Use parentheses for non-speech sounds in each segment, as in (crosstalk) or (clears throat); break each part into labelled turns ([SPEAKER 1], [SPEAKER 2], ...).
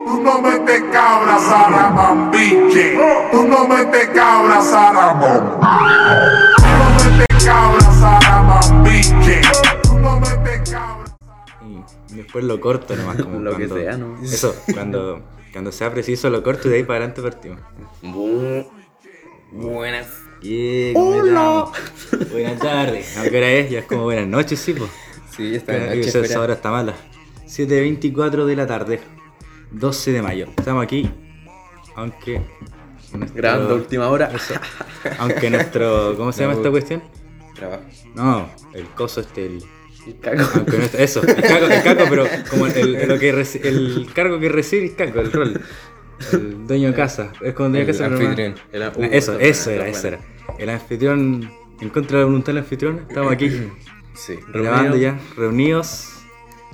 [SPEAKER 1] Tú no metes cabra, Saramambiche. Tú no metes cabra, Saramón. Tú no metes cabra, Saramambiche. Tú no metes cabra.
[SPEAKER 2] Y después lo corto nomás, como
[SPEAKER 3] (laughs) Lo que
[SPEAKER 2] cuando-
[SPEAKER 3] sea, ¿no?
[SPEAKER 2] Eso, cuando, cuando sea preciso lo corto y de ahí para adelante partimos.
[SPEAKER 3] Bu- Buenas.
[SPEAKER 2] Yeah, ¿cómo estamos? Buenas tardes. ¿A qué hora es? Ya es como buenas noches, sí, pues.
[SPEAKER 3] Sí, esta
[SPEAKER 2] Pero
[SPEAKER 3] noche
[SPEAKER 2] esa- esa
[SPEAKER 3] fuera.
[SPEAKER 2] hora está mala. 7.24 de la tarde, 12 de mayo. Estamos aquí, aunque... nuestro-
[SPEAKER 3] Grabando a última hora.
[SPEAKER 2] Eso. Aunque nuestro... ¿Cómo
[SPEAKER 3] (laughs)
[SPEAKER 2] se llama
[SPEAKER 3] No.
[SPEAKER 2] esta cuestión?
[SPEAKER 3] Trabajo.
[SPEAKER 2] No, el coso este, el...
[SPEAKER 3] El cago.
[SPEAKER 2] Aunque
[SPEAKER 4] (laughs)
[SPEAKER 2] no está- eso, el caco, el caco, pero como el, el- lo que reci- el cargo que recibe el caco, el rol. El dueño de casa. Es como dueño de
[SPEAKER 4] El
[SPEAKER 2] casa. pero no-
[SPEAKER 4] anfitrión.
[SPEAKER 3] El-
[SPEAKER 2] Ah,
[SPEAKER 3] uh,
[SPEAKER 2] eso,
[SPEAKER 3] perdón,
[SPEAKER 2] eso era,
[SPEAKER 3] perdón.
[SPEAKER 2] eso era. El anfitrión, en contra de la voluntad del anfitrión, estamos aquí
[SPEAKER 4] (clears throat)
[SPEAKER 3] Sí.
[SPEAKER 2] grabando ya, reunidos.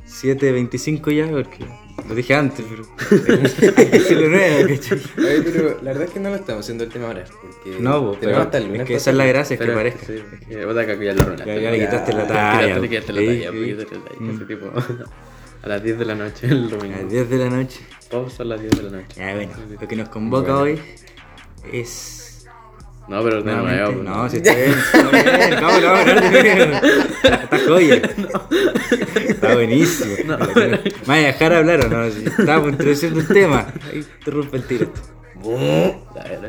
[SPEAKER 2] 7.25 ya, porque lo dije antes, pero. (laughs) Hay que decirlo de nuevo, ¿cachai?
[SPEAKER 4] Oye, pero la verdad es que no lo estamos haciendo el tema ahora. Porque
[SPEAKER 2] No, vos,
[SPEAKER 4] tenemos
[SPEAKER 2] pero
[SPEAKER 4] hasta el lunes
[SPEAKER 2] es que
[SPEAKER 4] para
[SPEAKER 2] esa es la
[SPEAKER 4] hacerlo.
[SPEAKER 2] gracia, es que
[SPEAKER 3] Pero-
[SPEAKER 2] parezca.
[SPEAKER 3] Sí, eh, vos de acá que ya lo arruinaste.
[SPEAKER 2] Ya- ya le quitaste la
[SPEAKER 3] Ya,
[SPEAKER 2] talla,
[SPEAKER 3] Le quitaste la
[SPEAKER 2] sí,
[SPEAKER 3] talla,
[SPEAKER 2] sí.
[SPEAKER 3] le quitaste la talla. Ese tipo. (laughs) A las 10 de la noche el
[SPEAKER 2] A las
[SPEAKER 3] domingo.
[SPEAKER 2] 10 de la noche.
[SPEAKER 3] Todos son las 10 de la noche.
[SPEAKER 2] Ya, bueno, lo que nos convoca hoy es
[SPEAKER 3] No, pero de nuevo. pues,
[SPEAKER 2] Nuevamente. No, si está bien, está bien. Vamos, lo vamos a ganar de nuevo. Está joya. Está buenísimo. ¿Me vas a dejar hablar o no? Si Estábamos introduciendo el tema. Ahí interrumpe el tiro.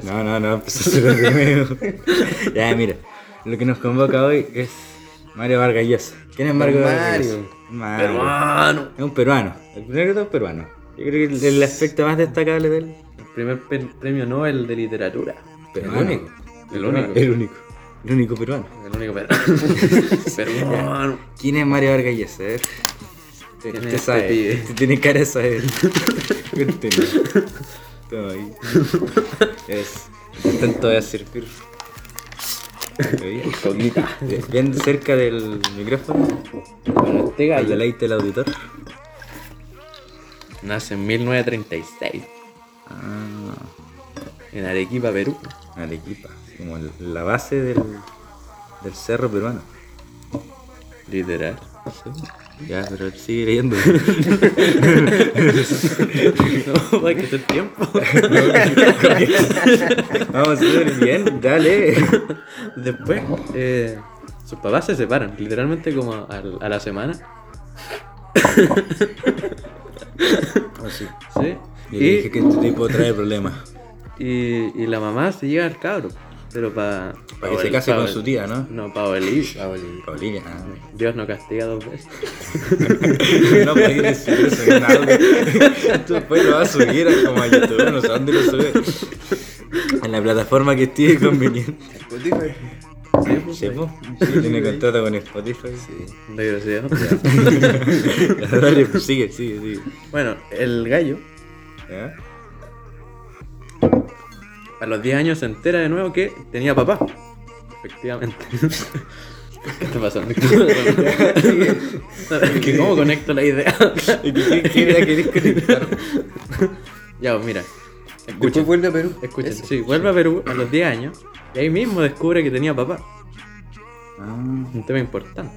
[SPEAKER 2] No, no, no, empezó a hacerlo de nuevo. Ya, mira. Lo que nos convoca hoy es Mario Vargas Llosa. ¿Quién es Mario
[SPEAKER 4] Don
[SPEAKER 2] Vargas Llosa? Mario.
[SPEAKER 4] Mario.
[SPEAKER 3] Hermano.
[SPEAKER 2] Es un peruano. El primero que todo es peruano. Yo creo que el, el aspecto más destacable de él.
[SPEAKER 3] El primer pe- premio Nobel de literatura.
[SPEAKER 2] Peruano.
[SPEAKER 4] único.
[SPEAKER 3] El único.
[SPEAKER 2] El único. El único peruano.
[SPEAKER 3] El único (laughs) pero.
[SPEAKER 2] (laughs)
[SPEAKER 3] Peruano.
[SPEAKER 2] ¿Quién es Mario Vargas Llosa? A ver. Usted-
[SPEAKER 3] ¿Quién
[SPEAKER 2] Usted
[SPEAKER 3] es este
[SPEAKER 2] sabe,
[SPEAKER 3] pibe?
[SPEAKER 2] usted tiene cara de saber. Cuénteme. Toma ahí. Es. Intento de hacer pero- ¿Lo vi? Bien- Bien cerca del micrófono.
[SPEAKER 3] Bueno, este
[SPEAKER 2] Al
[SPEAKER 3] gallo
[SPEAKER 2] deleite del auditor.
[SPEAKER 3] nace en 1936
[SPEAKER 2] Ah,
[SPEAKER 3] en Arequipa, Perú.
[SPEAKER 2] Arequipa. Como el- la base del, del cerro peruano. (laughs)
[SPEAKER 3] Literal. (laughs)
[SPEAKER 2] Ya, pero sigue leyendo.
[SPEAKER 3] No, hay que hacer tiempo.
[SPEAKER 2] (laughs) Vamos, súper bien, dale.
[SPEAKER 3] Después, eh, sus papás se separan, literalmente como a, a la semana.
[SPEAKER 2] Así.
[SPEAKER 3] ¿sí?
[SPEAKER 2] Ah, Y le dije
[SPEAKER 3] Y,
[SPEAKER 2] que este tipo trae problemas.
[SPEAKER 3] y- y la mamá se llega al cabro. Pero para.
[SPEAKER 2] Para que se case con su tía, ¿no?
[SPEAKER 3] No, para Bolivia.
[SPEAKER 4] Ah, boludo.
[SPEAKER 2] Paulina.
[SPEAKER 3] Dios no castiga dos veces.
[SPEAKER 2] (laughs) No podía decir eso en audio. Esto Después lo va a subir a como a YouTube, no sé dónde lo sube. En la plataforma que esté conveniente.
[SPEAKER 4] Spotify.
[SPEAKER 2] Sí, pues. po. Tiene contrato con Spotify. Sí.
[SPEAKER 3] Desgraciado.
[SPEAKER 2] Dale, pues, sigue, sigue, sigue.
[SPEAKER 3] Bueno, el gallo
[SPEAKER 2] ¿Ya?
[SPEAKER 3] a los 10 años se entera de nuevo que tenía papá. Efectivamente. (laughs) ¿Qué está pasando? (laughs) Es que ¿Cómo conecto la idea?
[SPEAKER 2] ¿Y qué- qué- qué idea querés conectar?
[SPEAKER 3] ya, pues mira. Escucha,
[SPEAKER 4] Después vuelve a Perú.
[SPEAKER 3] escucha.
[SPEAKER 4] Eso.
[SPEAKER 3] Sí, vuelve a Perú a los 10 años y ahí mismo descubre que tenía papá.
[SPEAKER 2] Ah,
[SPEAKER 3] Un tema importante.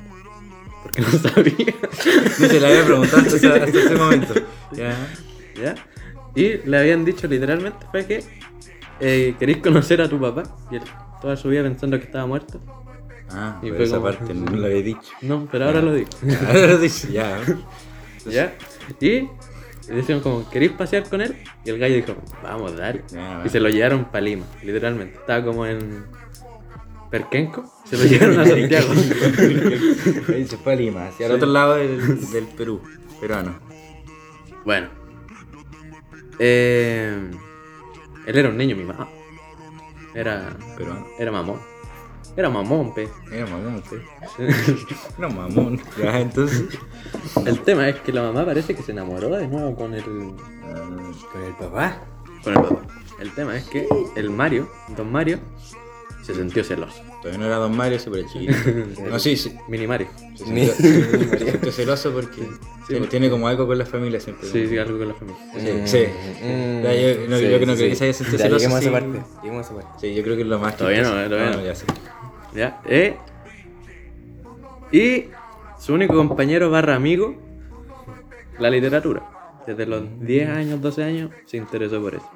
[SPEAKER 3] Porque no (laughs) sabía.
[SPEAKER 2] No se la había preguntado hasta, hasta ese momento. Ya.
[SPEAKER 3] ¿Ya? Y le habían dicho literalmente fue que eh, queréis conocer a tu papá. Y él toda su vida pensando que estaba muerto.
[SPEAKER 2] Ah,
[SPEAKER 3] Y
[SPEAKER 2] pero
[SPEAKER 3] fue
[SPEAKER 2] esa
[SPEAKER 3] como-
[SPEAKER 2] parte no la había dicho. (laughs)
[SPEAKER 3] No, pero ahora lo digo. (laughs)
[SPEAKER 2] Ahora lo dice, ya. ¿eh?
[SPEAKER 3] ¿Ya? Y le dijeron como, ¿queréis pasear con él? Y el gallo dijo, vamos, dale.
[SPEAKER 2] Ya, va.
[SPEAKER 3] y se lo llevaron para Lima, literalmente. Estaba como en Perquenco. Se lo (laughs) llevaron a Santiago.
[SPEAKER 2] Ahí se fue a Lima, hacia el otro lado del, del Perú, peruano.
[SPEAKER 3] bueno. Eh, él era un niño, mi mamá. Era,
[SPEAKER 2] Peruano.
[SPEAKER 3] era mamón. Era mamón, pe.
[SPEAKER 2] Era mamón usted. (laughs) Era mamón. Ya, entonces.
[SPEAKER 3] El tema es que la mamá parece que se enamoró de nuevo con el,
[SPEAKER 2] Ah,
[SPEAKER 4] Con el papá.
[SPEAKER 3] con el papá. El tema es que el Mario, Don Mario, se sintió celoso.
[SPEAKER 2] todavía no era Don Mario, súper chiquito. No, sí, sí.
[SPEAKER 3] Mini Mario.
[SPEAKER 2] Se sintió- se sintió celoso porque tiene, tiene como algo con la familia siempre.
[SPEAKER 3] Sí, sí, algo con la familia.
[SPEAKER 2] Sí. sí.
[SPEAKER 4] Mm,
[SPEAKER 2] Ya, yo, no, yo que no
[SPEAKER 4] sí,
[SPEAKER 2] creo que
[SPEAKER 4] sí.
[SPEAKER 2] se haya sentido
[SPEAKER 4] Ya,
[SPEAKER 2] celoso.
[SPEAKER 4] Lleguemos a esa
[SPEAKER 2] sí.
[SPEAKER 4] parte. Lleguemos a esa parte.
[SPEAKER 2] Sí, yo creo que es lo más
[SPEAKER 3] Todavía no,
[SPEAKER 2] chistoso.
[SPEAKER 3] todavía
[SPEAKER 2] Ah,
[SPEAKER 3] no.
[SPEAKER 2] ya, sí.
[SPEAKER 3] ¿Ya? ¿Eh? Y su único compañero barra amigo, la literatura. Desde los 10 años, 12 años, se interesó por eso.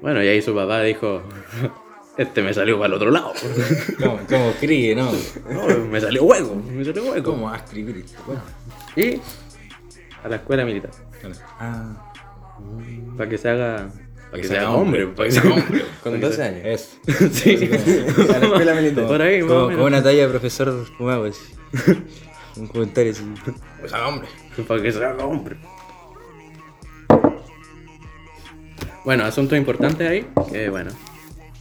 [SPEAKER 3] Bueno, y ahí su papá dijo, (laughs) este me salió para el otro lado. (laughs)
[SPEAKER 2] ¿Cómo, cómo escribe, no?
[SPEAKER 3] No, me salió hueco, me salió hueco.
[SPEAKER 2] ¿Cómo va a escribir esto? Bueno,
[SPEAKER 3] Y a la escuela militar.
[SPEAKER 2] bueno. Ah,
[SPEAKER 3] Para que se haga. Para que se
[SPEAKER 2] se
[SPEAKER 3] haga
[SPEAKER 2] haga
[SPEAKER 3] hombre, para que (laughs) se haga hombre.
[SPEAKER 4] Con
[SPEAKER 2] eh.
[SPEAKER 4] 12 años.
[SPEAKER 2] (laughs) eso.
[SPEAKER 3] Sí.
[SPEAKER 4] A la escuela militar.
[SPEAKER 3] Por ahí, más o
[SPEAKER 2] Como, como
[SPEAKER 3] menos.
[SPEAKER 2] una talla de profesor fumado, así. (laughs) Un comentario así.
[SPEAKER 4] Pues a hombre.
[SPEAKER 3] (laughs) Para que se haga hombre. Bueno, asuntos importantes ahí. Que bueno.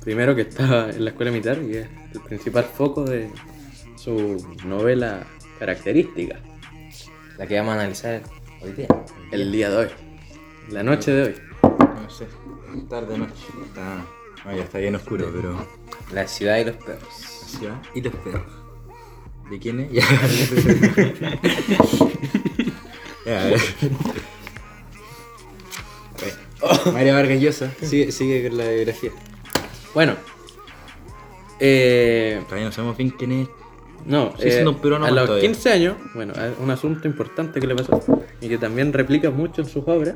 [SPEAKER 3] Primero que estaba en la escuela militar y es el principal foco de su novela característica.
[SPEAKER 4] La que vamos a analizar hoy día.
[SPEAKER 3] El día de hoy. La noche de hoy.
[SPEAKER 2] No sé. Tarde, noche. Está, no, ya está bien oscuro, pero.
[SPEAKER 4] La ciudad y los perros.
[SPEAKER 2] Así va. Y los perros. ¿De quién es? (laughs) Ya. ya, a ver. (laughs) Ok. María Vargas Llosa. Sigue, sigue con la biografía.
[SPEAKER 3] Bueno. Eh.
[SPEAKER 2] Todavía no sabemos bien quién es.
[SPEAKER 3] No, eh,
[SPEAKER 2] Sí, siendo un peruano
[SPEAKER 3] a
[SPEAKER 2] más
[SPEAKER 3] los
[SPEAKER 2] todavía.
[SPEAKER 3] 15 años, bueno, hay un asunto importante que le pasó y que también replica mucho en sus obras,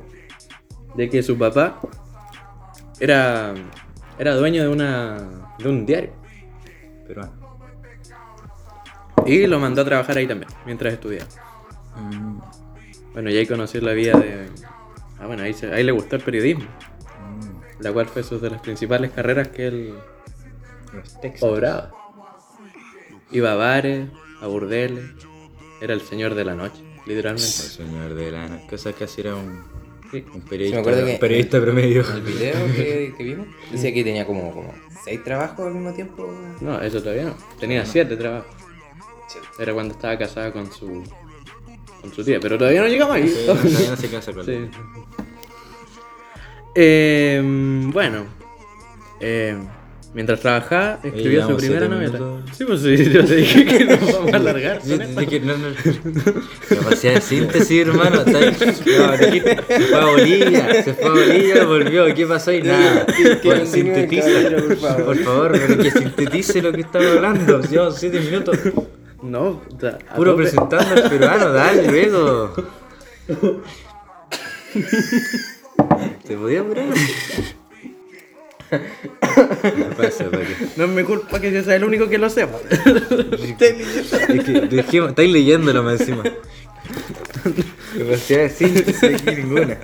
[SPEAKER 3] de que su papá era, era dueño de, una, de un diario
[SPEAKER 2] Peruano.
[SPEAKER 3] y lo mandó a trabajar ahí también, mientras estudiaba.
[SPEAKER 2] Mm,
[SPEAKER 3] Bueno, y ahí conoció la vida de... Ah, bueno, ahí, se- ahí le gustó el periodismo,
[SPEAKER 2] mm.
[SPEAKER 3] la cual fue su- de las principales carreras que él
[SPEAKER 2] Los textos.
[SPEAKER 3] obraba. Iba a bares, a burdeles, era el señor de la noche, literalmente.
[SPEAKER 2] El señor de la noche. Cosa que así era un,
[SPEAKER 3] Sí.
[SPEAKER 2] un periodista,
[SPEAKER 4] Sí, me acuerdo que-
[SPEAKER 2] un periodista promedio.
[SPEAKER 4] El video (laughs) que, que vimos decía que tenía como, como seis trabajos al mismo tiempo.
[SPEAKER 3] No, eso todavía no. Tenía siete trabajos. Era cuando estaba casada con su. con su tía, pero todavía no llegamos ahí.
[SPEAKER 2] Sí, (laughs) no, todavía no se casa con
[SPEAKER 3] (laughs) Sí. Eh, bueno. Eh, mientras trabajaba, escribió su
[SPEAKER 2] llevamos
[SPEAKER 3] primera
[SPEAKER 2] siete
[SPEAKER 3] novela.
[SPEAKER 2] minutos.
[SPEAKER 3] Sí, pues sí, (laughs) yo te dije que nos vamos a alargar.
[SPEAKER 2] (laughs) Sí,
[SPEAKER 3] con
[SPEAKER 2] sí,
[SPEAKER 3] esto.
[SPEAKER 2] sí, que no, no. Capacidad de síntesis, hermano. Está ahí. No, aquí- Se fue a Bolivia, se fue a Bolivia, volvió. ¿Qué pasó? Y nada. Bueno,
[SPEAKER 4] continúe, caballero, por
[SPEAKER 2] sintetiza.
[SPEAKER 4] favor.
[SPEAKER 2] Por favor, pero que sintetice lo que estaba hablando. Llevamos 7 minutos.
[SPEAKER 3] No, o sea, a
[SPEAKER 2] Puro
[SPEAKER 3] tope.
[SPEAKER 2] presentando al peruano, dale, luego. ¿Te podía curar? Pasa, Paco.
[SPEAKER 3] No es mi culpa que yo sea el único que lo sepa.
[SPEAKER 2] Es que dejemos- estáis leyéndolo más (laughs) encima. Capacidad de síntesis aquí ninguna.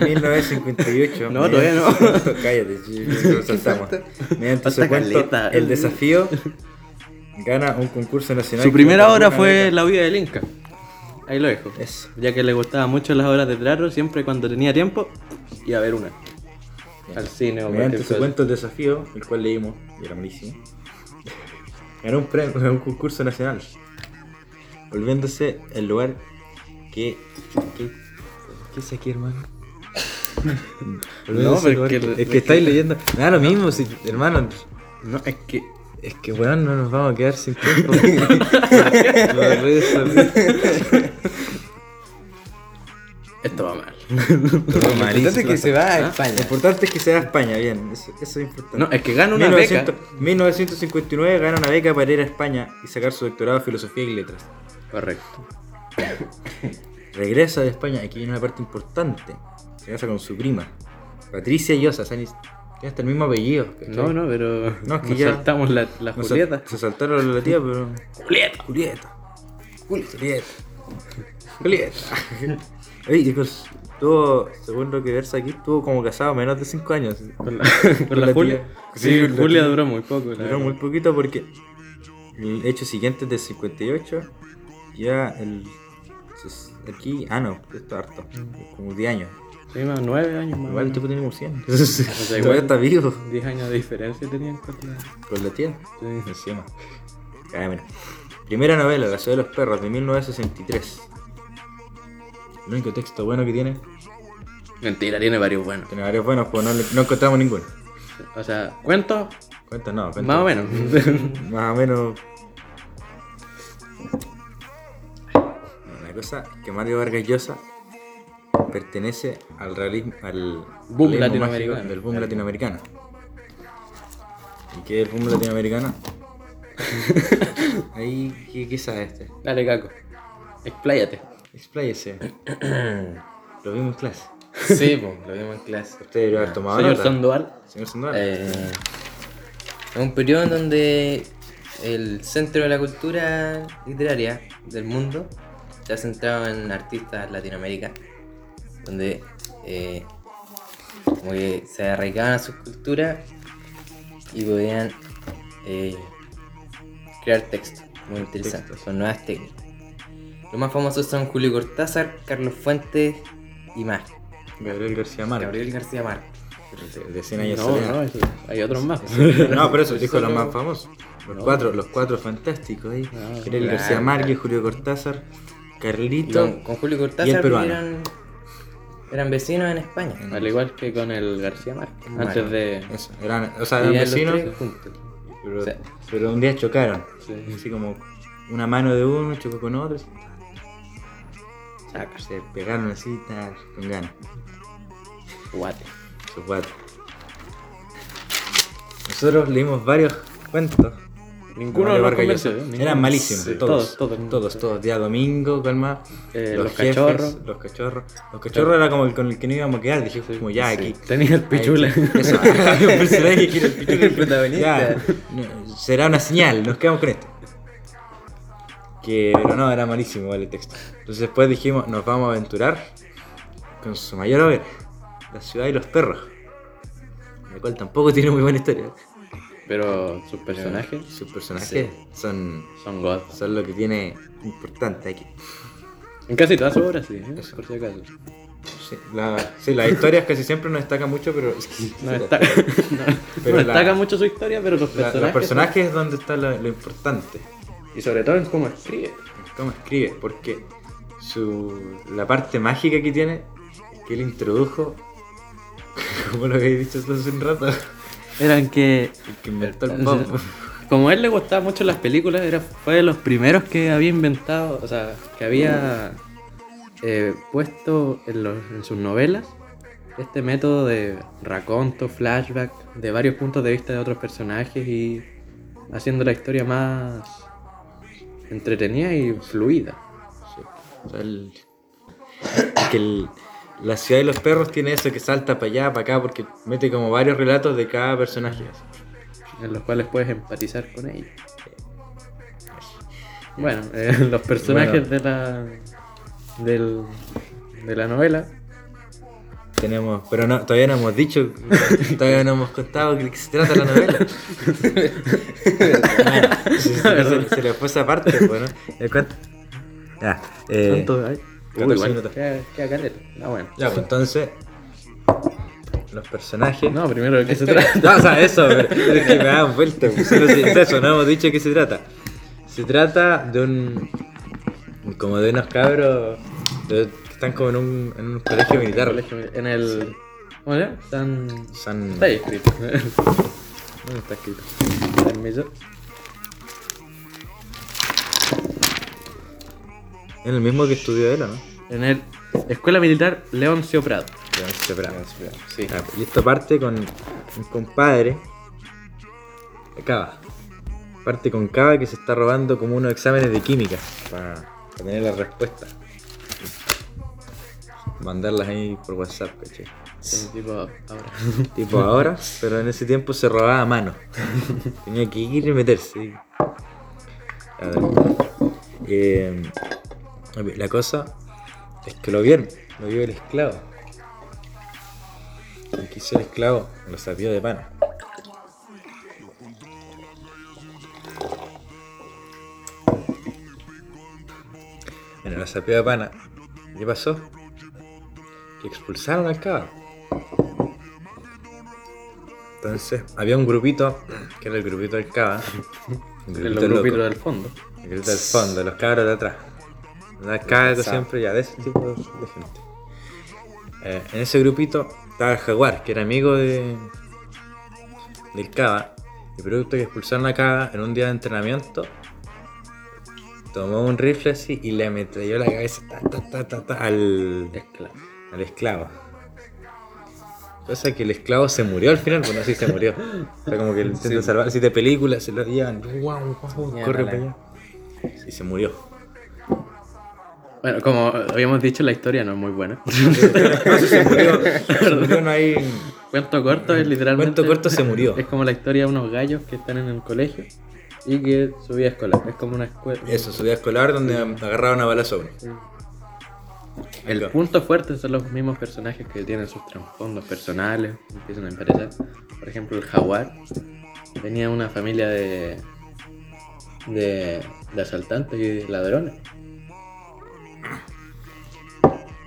[SPEAKER 2] 1958.
[SPEAKER 3] No, todavía no.
[SPEAKER 2] Mediante- (laughs) Cállate,
[SPEAKER 3] (laughs)
[SPEAKER 2] chico, nos saltamos. Mediante su
[SPEAKER 3] Falta
[SPEAKER 2] cuento,
[SPEAKER 3] caleta.
[SPEAKER 2] el desafío gana un concurso nacional.
[SPEAKER 3] Su primera
[SPEAKER 2] que-
[SPEAKER 3] obra fue La vida del Inca. Ahí lo dejo.
[SPEAKER 2] Eso.
[SPEAKER 3] Ya que le gustaba mucho las obras de teatro, siempre cuando tenía tiempo, iba a ver una. Al cine o
[SPEAKER 2] Mediante
[SPEAKER 3] cualquier
[SPEAKER 2] su
[SPEAKER 3] cosa.
[SPEAKER 2] cuento El desafío, el cual leímos, y era malísimo, (laughs) ganó un, premio, (laughs) un concurso nacional, volviéndose el lugar que. que ¿Qué es aquí, hermano? Volviéndose el,
[SPEAKER 3] pero
[SPEAKER 2] lugar
[SPEAKER 3] es
[SPEAKER 2] que,
[SPEAKER 3] que-
[SPEAKER 2] es que estáis leyendo. Me da lo mismo, si, hermano. No, es
[SPEAKER 3] (laughs)
[SPEAKER 2] que. Es que, weón, no nos vamos a quedar sin tiempo. Lo agarré de sorpresa.
[SPEAKER 3] (laughs) Esto va mal.
[SPEAKER 2] Todo
[SPEAKER 4] Lo importante es
[SPEAKER 2] malísimo. ¿Ah?
[SPEAKER 4] que se va a
[SPEAKER 2] Lo
[SPEAKER 4] España.
[SPEAKER 2] importante es que se va a España, bien, eso, eso es importante.
[SPEAKER 3] No, es que gana una
[SPEAKER 2] 1900
[SPEAKER 3] beca.
[SPEAKER 2] 1959 gana una beca para ir a España y sacar su doctorado en Filosofía y Letras.
[SPEAKER 3] Correcto.
[SPEAKER 2] Regresa de España, aquí viene una parte importante. Se casa con su prima, Patricia Llosa. o sea, ni- Tiene hasta el mismo apellido. ¿cachai?
[SPEAKER 3] No, no, pero
[SPEAKER 2] No, es que
[SPEAKER 3] nos
[SPEAKER 2] ya-
[SPEAKER 3] saltamos la, la
[SPEAKER 2] Nos sal-
[SPEAKER 3] Julieta.
[SPEAKER 2] Se saltaron la tía, pero.
[SPEAKER 3] Julieta.
[SPEAKER 2] Julieta. Julieta. Julieta. (laughs) Oye, chicos, tuvo, según lo que versa aquí, estuvo como casado menos de 5 años.
[SPEAKER 3] Con la, (laughs) con la
[SPEAKER 2] la
[SPEAKER 3] Julia.
[SPEAKER 2] tía. Sí,
[SPEAKER 3] Sí,
[SPEAKER 2] con la
[SPEAKER 3] Julia
[SPEAKER 2] tía.
[SPEAKER 3] duró muy poco. la
[SPEAKER 2] Duró
[SPEAKER 3] verdad.
[SPEAKER 2] muy poquito porque el hecho siguiente es del 58. Ya el. ses- Aquí. Ah, no, esto es harto. Como 10 años.
[SPEAKER 3] Sí, más nueve años más.
[SPEAKER 2] Igual el
[SPEAKER 3] o menos.
[SPEAKER 2] tipo tiene como (laughs) 100.
[SPEAKER 3] igual.
[SPEAKER 2] Todavía está vivo.
[SPEAKER 3] Diez años de diferencia tenían con la...
[SPEAKER 2] Con la tía.
[SPEAKER 3] Sí.
[SPEAKER 2] Encima. Ah, mira. Primera novela, La ciudad de los perros, de 1963. El único texto bueno que tiene.
[SPEAKER 3] Mentira, tiene varios buenos.
[SPEAKER 2] Tiene varios buenos, pues no, le- no encontramos ninguno.
[SPEAKER 3] O sea, cuentos,
[SPEAKER 2] Cuenta, no. cuenta-
[SPEAKER 3] más o menos. (laughs)
[SPEAKER 2] Más o menos. La cosa es que Mario Vargas Llosa pertenece al realismo. al
[SPEAKER 3] Boom
[SPEAKER 2] realismo
[SPEAKER 3] latinoamericano.
[SPEAKER 2] mágico Del boom latinoamericano. ¿Y qué es el boom
[SPEAKER 3] (laughs)
[SPEAKER 2] latinoamericano? Ahí, ¿qué, qué sabe este?
[SPEAKER 3] Dale, Caco. Expláyate.
[SPEAKER 2] Expláyese. Lo vimos en clase.
[SPEAKER 4] Sí, pues, lo vimos en clase.
[SPEAKER 2] Usted debería haber tomado
[SPEAKER 3] Señor
[SPEAKER 2] nota.
[SPEAKER 3] Sandoval.
[SPEAKER 2] Señor Sandoval.
[SPEAKER 4] Eh, es un periodo en donde el centro de la cultura literaria del mundo se ha centrado en artistas latinoamericanos, donde eh, como que se arraigaban a sus culturas y podían eh, crear textos muy interesantes,
[SPEAKER 2] Textos.
[SPEAKER 4] con nuevas técnicas. Los más famosos son Julio Cortázar, Carlos Fuentes y más.
[SPEAKER 2] Gabriel García Márquez.
[SPEAKER 4] Gabriel García Márquez.
[SPEAKER 2] El de Cien años
[SPEAKER 3] No,
[SPEAKER 2] soledad.
[SPEAKER 3] no, eso- hay otros más.
[SPEAKER 2] (laughs) No, pero eso dijo los más
[SPEAKER 3] Solo-
[SPEAKER 2] famosos. Los
[SPEAKER 3] No.
[SPEAKER 2] cuatro, los cuatro fantásticos ahí.
[SPEAKER 3] Ah,
[SPEAKER 2] Gabriel
[SPEAKER 4] claro,
[SPEAKER 2] García Márquez,
[SPEAKER 4] claro.
[SPEAKER 2] Julio Cortázar,
[SPEAKER 4] Y
[SPEAKER 2] Carlito.
[SPEAKER 4] con, con Julio
[SPEAKER 2] Y el
[SPEAKER 4] Cortázar
[SPEAKER 2] peruano.
[SPEAKER 4] eran, eran vecinos en España.
[SPEAKER 3] Al igual que con el García Márquez.
[SPEAKER 4] Márquez.
[SPEAKER 3] Antes de.
[SPEAKER 2] Eso, eran, o sea, Ah, eran
[SPEAKER 4] Vivían los
[SPEAKER 2] vecinos,
[SPEAKER 4] tres juntos.
[SPEAKER 2] pero,
[SPEAKER 4] Sí.
[SPEAKER 2] pero un día chocaron.
[SPEAKER 3] Sí.
[SPEAKER 2] Así como una mano de uno chocó con otro. así.
[SPEAKER 3] Sacas.
[SPEAKER 2] Se pegaron así, ta, con ganas.
[SPEAKER 3] Guate.
[SPEAKER 2] Sus cuatro. Nosotros leímos varios cuentos.
[SPEAKER 3] Ninguno
[SPEAKER 2] de
[SPEAKER 3] los
[SPEAKER 2] Vargas
[SPEAKER 3] convenció,
[SPEAKER 2] Llosa.
[SPEAKER 3] ¿eh?
[SPEAKER 2] Eran
[SPEAKER 3] Ninguno.
[SPEAKER 2] malísimos.
[SPEAKER 3] Sí,
[SPEAKER 2] Todos,
[SPEAKER 3] todos,
[SPEAKER 2] todos,
[SPEAKER 3] todos.
[SPEAKER 2] todos, Día domingo, calma.
[SPEAKER 3] Eh, los cachorros.
[SPEAKER 2] Los cachorros. Los cachorros era como el con el que no íbamos a quedar. Dije, como ya aquí.
[SPEAKER 3] Tenía el pichula.
[SPEAKER 2] Ahí,
[SPEAKER 3] (laughs)
[SPEAKER 2] Eso, (laughs) había un personaje que era el pichula.
[SPEAKER 4] El protagonista.
[SPEAKER 2] Ya, no, será una señal, nos quedamos con esto. Que, pero no, era malísimo igual el texto. Entonces después dijimos, nos vamos a aventurar con su mayor obra, La ciudad y los perros. La cual tampoco tiene muy buena historia.
[SPEAKER 3] Pero sus personajes
[SPEAKER 2] Sus personajes son,
[SPEAKER 3] son god.
[SPEAKER 2] son lo que tiene importante aquí.
[SPEAKER 3] En casi todas sus obras, sí, ¿eh?
[SPEAKER 2] Eso.
[SPEAKER 3] por si acaso.
[SPEAKER 2] Sí, la- sí, las historias casi siempre nos destacan mucho, pero...
[SPEAKER 3] No destaca, no-
[SPEAKER 2] Pero
[SPEAKER 3] (laughs) no
[SPEAKER 2] la-
[SPEAKER 3] destaca mucho su historia, pero los
[SPEAKER 2] La-
[SPEAKER 3] personajes.
[SPEAKER 2] los personajes es donde está lo- lo importante.
[SPEAKER 3] Y sobre todo en cómo escribe.
[SPEAKER 2] cómo escribe, porque su, la parte mágica que tiene es que él introdujo, (laughs) como lo habéis dicho tú hace un rato,
[SPEAKER 3] Eran que.
[SPEAKER 2] el que inventó el pop.
[SPEAKER 3] Como a él le gustaban mucho las películas, era, fue de los primeros que había inventado, o sea, que había eh, puesto en, los- en sus novelas este método de raconto, flashback, de varios puntos de vista de otros personajes y haciendo la historia más entretenida y fluida.
[SPEAKER 2] O sea, el- que el- la ciudad de los perros tiene eso que salta para allá, para acá, porque mete como varios relatos de cada personaje.
[SPEAKER 3] en los cuales puedes empatizar con ellos. Bueno, eh, (laughs) los
[SPEAKER 2] Bueno.
[SPEAKER 3] personajes de la del, de la novela.
[SPEAKER 2] Tenemos, pero no, todavía no hemos dicho, todavía no hemos contado de qué se trata la (laughs) novela. Ah, se, se- se le fue esa parte, pues, ¿no? El cuento- Ya, eh,
[SPEAKER 3] Tanto hay. Uy,
[SPEAKER 2] 14
[SPEAKER 3] igual,
[SPEAKER 2] minutos.
[SPEAKER 3] queda, queda caleta. Ah, bueno.
[SPEAKER 2] Ya, pues entonces. Los personajes.
[SPEAKER 3] No, primero de qué se trata.
[SPEAKER 2] (laughs) No, o sea, eso, pero, pero es que me dan vuelta. pues, solo si es eso, no hemos dicho de qué se trata. Se trata de un. Como de unos cabros. de- que están como en un, en un colegio militar.
[SPEAKER 3] En el. ¿Cómo se llama? San.
[SPEAKER 2] San.
[SPEAKER 3] Está ahí escrito. (laughs)
[SPEAKER 2] ¿Dónde está escrito?
[SPEAKER 3] Permiso.
[SPEAKER 2] En el mismo que estudió él, ¿o ¿no?
[SPEAKER 3] En el Escuela Militar Leoncio Prado.
[SPEAKER 2] Ya, este, bravo.
[SPEAKER 3] Sí.
[SPEAKER 2] Ya, pues, Y esto parte con un compadre. Cava. Parte con Cava que se está robando como unos exámenes de química para, para tener las respuestas. Mandarlas ahí por WhatsApp, caché.
[SPEAKER 3] tipo ahora.
[SPEAKER 2] Tipo ahora, pero en ese tiempo se robaba a mano. (laughs) Tenía que ir y meterse. A ver. Eh, la cosa es que lo vieron, lo vio el esclavo. Y que hizo el esclavo, lo sapió de pana. Bueno, lo sapió de pana. ¿Qué pasó? Que expulsaron al cabo. Entonces, había un grupito, que era el grupito del Cava. Un
[SPEAKER 3] En
[SPEAKER 2] grupito
[SPEAKER 3] los
[SPEAKER 2] loco.
[SPEAKER 3] grupitos del fondo.
[SPEAKER 2] El grupito del fondo, los cabros de atrás. Los cabros
[SPEAKER 4] Pensaba.
[SPEAKER 2] siempre ya, de ese tipo de de gente. Eh, en ese grupito estaba el Jaguar, que era amigo de del Cava. Y producto que expulsaron a Cava en un día de entrenamiento, tomó un rifle así y le ametralló la cabeza ta, ta, ta, ta, ta, al,
[SPEAKER 3] Es claro.
[SPEAKER 2] al esclavo. Cosa que el esclavo se murió al final, bueno, sí se murió. O sea, como que lo intentan salvar, así de películas, se lo llevan, guau, guau,
[SPEAKER 4] Ya,
[SPEAKER 2] corre
[SPEAKER 4] dale.
[SPEAKER 2] para allá. Y se murió.
[SPEAKER 3] Bueno, como habíamos dicho, la historia no es muy buena. (laughs)
[SPEAKER 2] No sé, se murió. (laughs) Se murió, no hay.
[SPEAKER 3] Cuento corto es literalmente.
[SPEAKER 2] Cuento corto se murió.
[SPEAKER 3] Es como la historia de unos gallos que están en el colegio y que su vida escolar. Es como una escuela.
[SPEAKER 2] Eso, subida escolar donde agarraron a balazo a uno.
[SPEAKER 3] El punto fuerte son los mismos personajes que tienen sus trasfondos personales, empiezan a emparecer. Por ejemplo, el jaguar venía de una familia de, de, de asaltantes y de ladrones.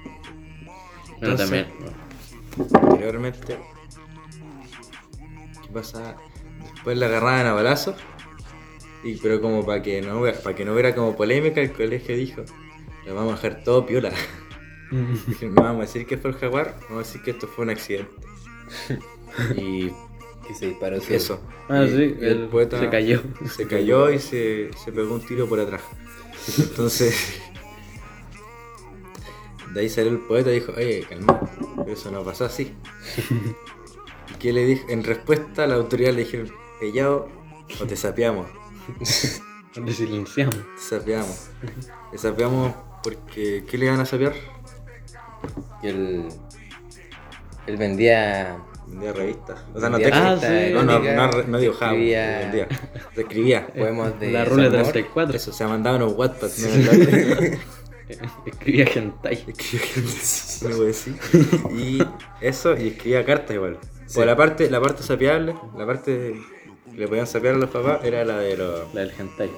[SPEAKER 3] Bueno,
[SPEAKER 2] Entonces-
[SPEAKER 3] también.
[SPEAKER 2] Anteriormente. ¿Qué pasa? Después la agarraban a balazo. Y pero como para que no hubiera, para que no hubiera como polémica, el colegio dijo, lo vamos a dejar todo piola. (laughs) Dijeron, No vamos a decir que fue el jaguar, vamos a decir que esto fue un accidente. Y
[SPEAKER 4] Que se disparó su-
[SPEAKER 2] eso.
[SPEAKER 3] Ah,
[SPEAKER 2] Y-
[SPEAKER 3] sí,
[SPEAKER 2] y el
[SPEAKER 3] el-
[SPEAKER 2] poeta
[SPEAKER 3] se cayó.
[SPEAKER 2] Se cayó y se, se pegó un tiro por
[SPEAKER 3] (laughs)
[SPEAKER 2] atrás. Entonces. De ahí salió el poeta y dijo, oye, calma, pero eso no pasó
[SPEAKER 3] (laughs)
[SPEAKER 2] así. ¿Y qué le dijo? En respuesta, la autoridad le dijeron, pellado o te sapeamos.
[SPEAKER 3] Le silenciamos.
[SPEAKER 2] Te sapeamos. Te sapeamos porque. ¿Qué le van a sapear?
[SPEAKER 4] Y él. Él vendía.
[SPEAKER 2] Vendía revistas. O sea, no
[SPEAKER 4] vendía
[SPEAKER 2] textos.
[SPEAKER 3] Ah,
[SPEAKER 4] cartas
[SPEAKER 3] sí.
[SPEAKER 2] No, no,
[SPEAKER 4] eróticas,
[SPEAKER 2] no, eh, no dibujaba.
[SPEAKER 4] escribía
[SPEAKER 2] Vendía.
[SPEAKER 3] (laughs)
[SPEAKER 2] Escribía.
[SPEAKER 4] Poemas de.
[SPEAKER 3] la este rule
[SPEAKER 4] desamor.
[SPEAKER 3] 34.
[SPEAKER 2] Eso, se ha mandado unos Wattpad. no verdad.
[SPEAKER 3] Escribía
[SPEAKER 2] (laughs)
[SPEAKER 3] hentai.
[SPEAKER 2] No voy a decir. Y eso, y escribía cartas igual. Pues la parte, la parte sapeable, la parte que le podían sapear a los papás era la de los.
[SPEAKER 3] La del hentai.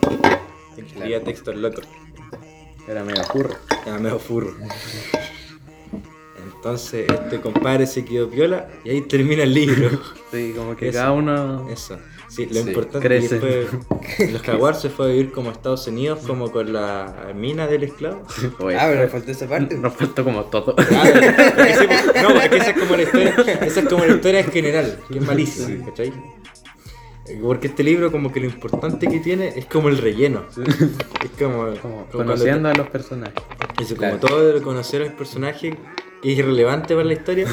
[SPEAKER 2] Escribía textos locos.
[SPEAKER 3] Era medio curro.
[SPEAKER 2] Era medio furro. Entonces, este compadre se quedó piola y ahí termina el
[SPEAKER 3] (laughs)
[SPEAKER 2] libro.
[SPEAKER 3] Sí, como que
[SPEAKER 2] Eso.
[SPEAKER 3] cada uno.
[SPEAKER 2] Eso. Sí, lo
[SPEAKER 4] Sí,
[SPEAKER 2] importante
[SPEAKER 3] crece.
[SPEAKER 2] que fue. Los jaguar se fue a vivir como a Estados Unidos, como con la mina del esclavo.
[SPEAKER 3] (laughs) Oye,
[SPEAKER 4] Ah, pero le faltó esa parte.
[SPEAKER 3] nos faltó como todo.
[SPEAKER 2] Ah, (laughs) No, es que esa es como la historia, esa es como la historia en general, que es malísima, ¿cachai? Porque este libro como que lo importante que tiene es como el relleno. Es como, como
[SPEAKER 3] Como conociendo a los
[SPEAKER 2] (laughs)
[SPEAKER 3] personajes.
[SPEAKER 2] cuando- eso,
[SPEAKER 4] Claro.
[SPEAKER 2] como todo de conocer al personaje que es irrelevante para la historia,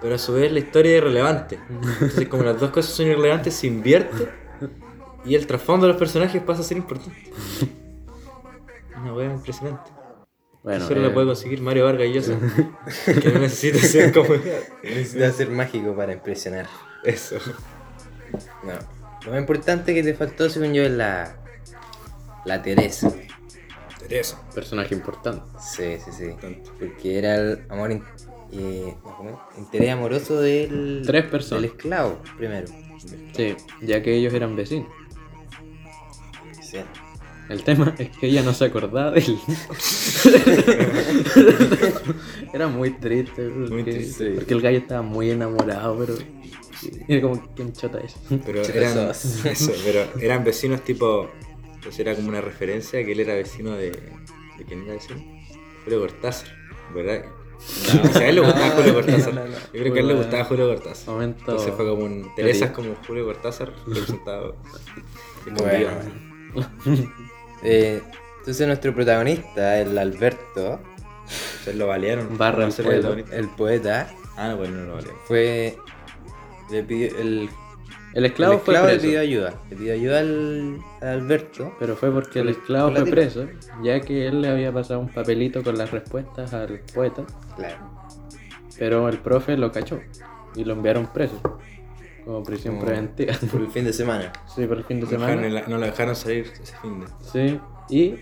[SPEAKER 2] pero a su vez la historia es irrelevante. Entonces como las dos cosas son irrelevantes, se invierte y el trasfondo de los personajes pasa a ser importante. Una wea impresionante.
[SPEAKER 3] Bueno,
[SPEAKER 2] Solo
[SPEAKER 3] eh,
[SPEAKER 2] lo puede conseguir Mario Vargas Llosa. que no necesita ser
[SPEAKER 4] (laughs)
[SPEAKER 2] como.
[SPEAKER 4] Necesitas ser mágico para impresionar.
[SPEAKER 2] Eso.
[SPEAKER 4] No. Lo más importante que te faltó, según yo, es la. La Teresa.
[SPEAKER 2] Teresa.
[SPEAKER 3] personaje importante.
[SPEAKER 4] Sí, sí, sí.
[SPEAKER 2] Tanto.
[SPEAKER 4] Porque era el amor. in- eh, no, ¿cómo es? interés amoroso del.
[SPEAKER 3] Tres personas.
[SPEAKER 4] Del esclavo, primero.
[SPEAKER 3] Sí, ya que ellos eran vecinos.
[SPEAKER 4] Sí.
[SPEAKER 3] El tema (laughs) es que ella no se acordaba de él. (laughs) Era muy triste, porque,
[SPEAKER 2] triste.
[SPEAKER 3] porque el gallo estaba muy enamorado, pero. Era como, ¿quién chota es? (laughs)
[SPEAKER 2] Pero
[SPEAKER 4] Chuta,
[SPEAKER 2] eran,
[SPEAKER 4] sos. (laughs)
[SPEAKER 2] eso, pero eran vecinos tipo. Pues era como una referencia que él era vecino de. ¿De quién era vecino? Julio Cortázar, ¿verdad? o sea, a él le gustaba
[SPEAKER 4] no,
[SPEAKER 2] Julio Cortázar.
[SPEAKER 4] no, no.
[SPEAKER 2] Yo creo que a él le gustaba Julio Cortázar.
[SPEAKER 3] Momento-
[SPEAKER 2] Entonces fue como un. Teresa es como Julio
[SPEAKER 4] (laughs)
[SPEAKER 2] Cortázar representado.
[SPEAKER 4] Bueno. Eh, entonces, nuestro protagonista, el Alberto,
[SPEAKER 2] Entonces lo balearon.
[SPEAKER 3] Barra
[SPEAKER 2] No se
[SPEAKER 3] el
[SPEAKER 2] lo
[SPEAKER 3] pueblo.
[SPEAKER 2] balearon.
[SPEAKER 4] el poeta,
[SPEAKER 2] Ah, no, bueno, no lo balearon.
[SPEAKER 4] fue. Le pidió. El,
[SPEAKER 3] El esclavo,
[SPEAKER 4] el esclavo
[SPEAKER 3] fue
[SPEAKER 4] le
[SPEAKER 3] preso.
[SPEAKER 4] pidió ayuda. Le pidió ayuda al, al Alberto.
[SPEAKER 3] Pero fue porque el
[SPEAKER 4] Fue-
[SPEAKER 3] esclavo
[SPEAKER 4] fue
[SPEAKER 3] fue
[SPEAKER 4] latino.
[SPEAKER 3] preso, ya que él le había pasado un papelito con las respuestas al poeta,
[SPEAKER 4] Claro.
[SPEAKER 3] pero el profe lo cachó y lo enviaron preso, como prisión
[SPEAKER 4] Como-
[SPEAKER 3] preventiva. (laughs)
[SPEAKER 4] Por el fin de (laughs) semana.
[SPEAKER 3] Sí, por el fin de
[SPEAKER 2] No lo dejaron en
[SPEAKER 3] semana.
[SPEAKER 2] la- No lo dejaron salir ese fin de.
[SPEAKER 3] Sí, y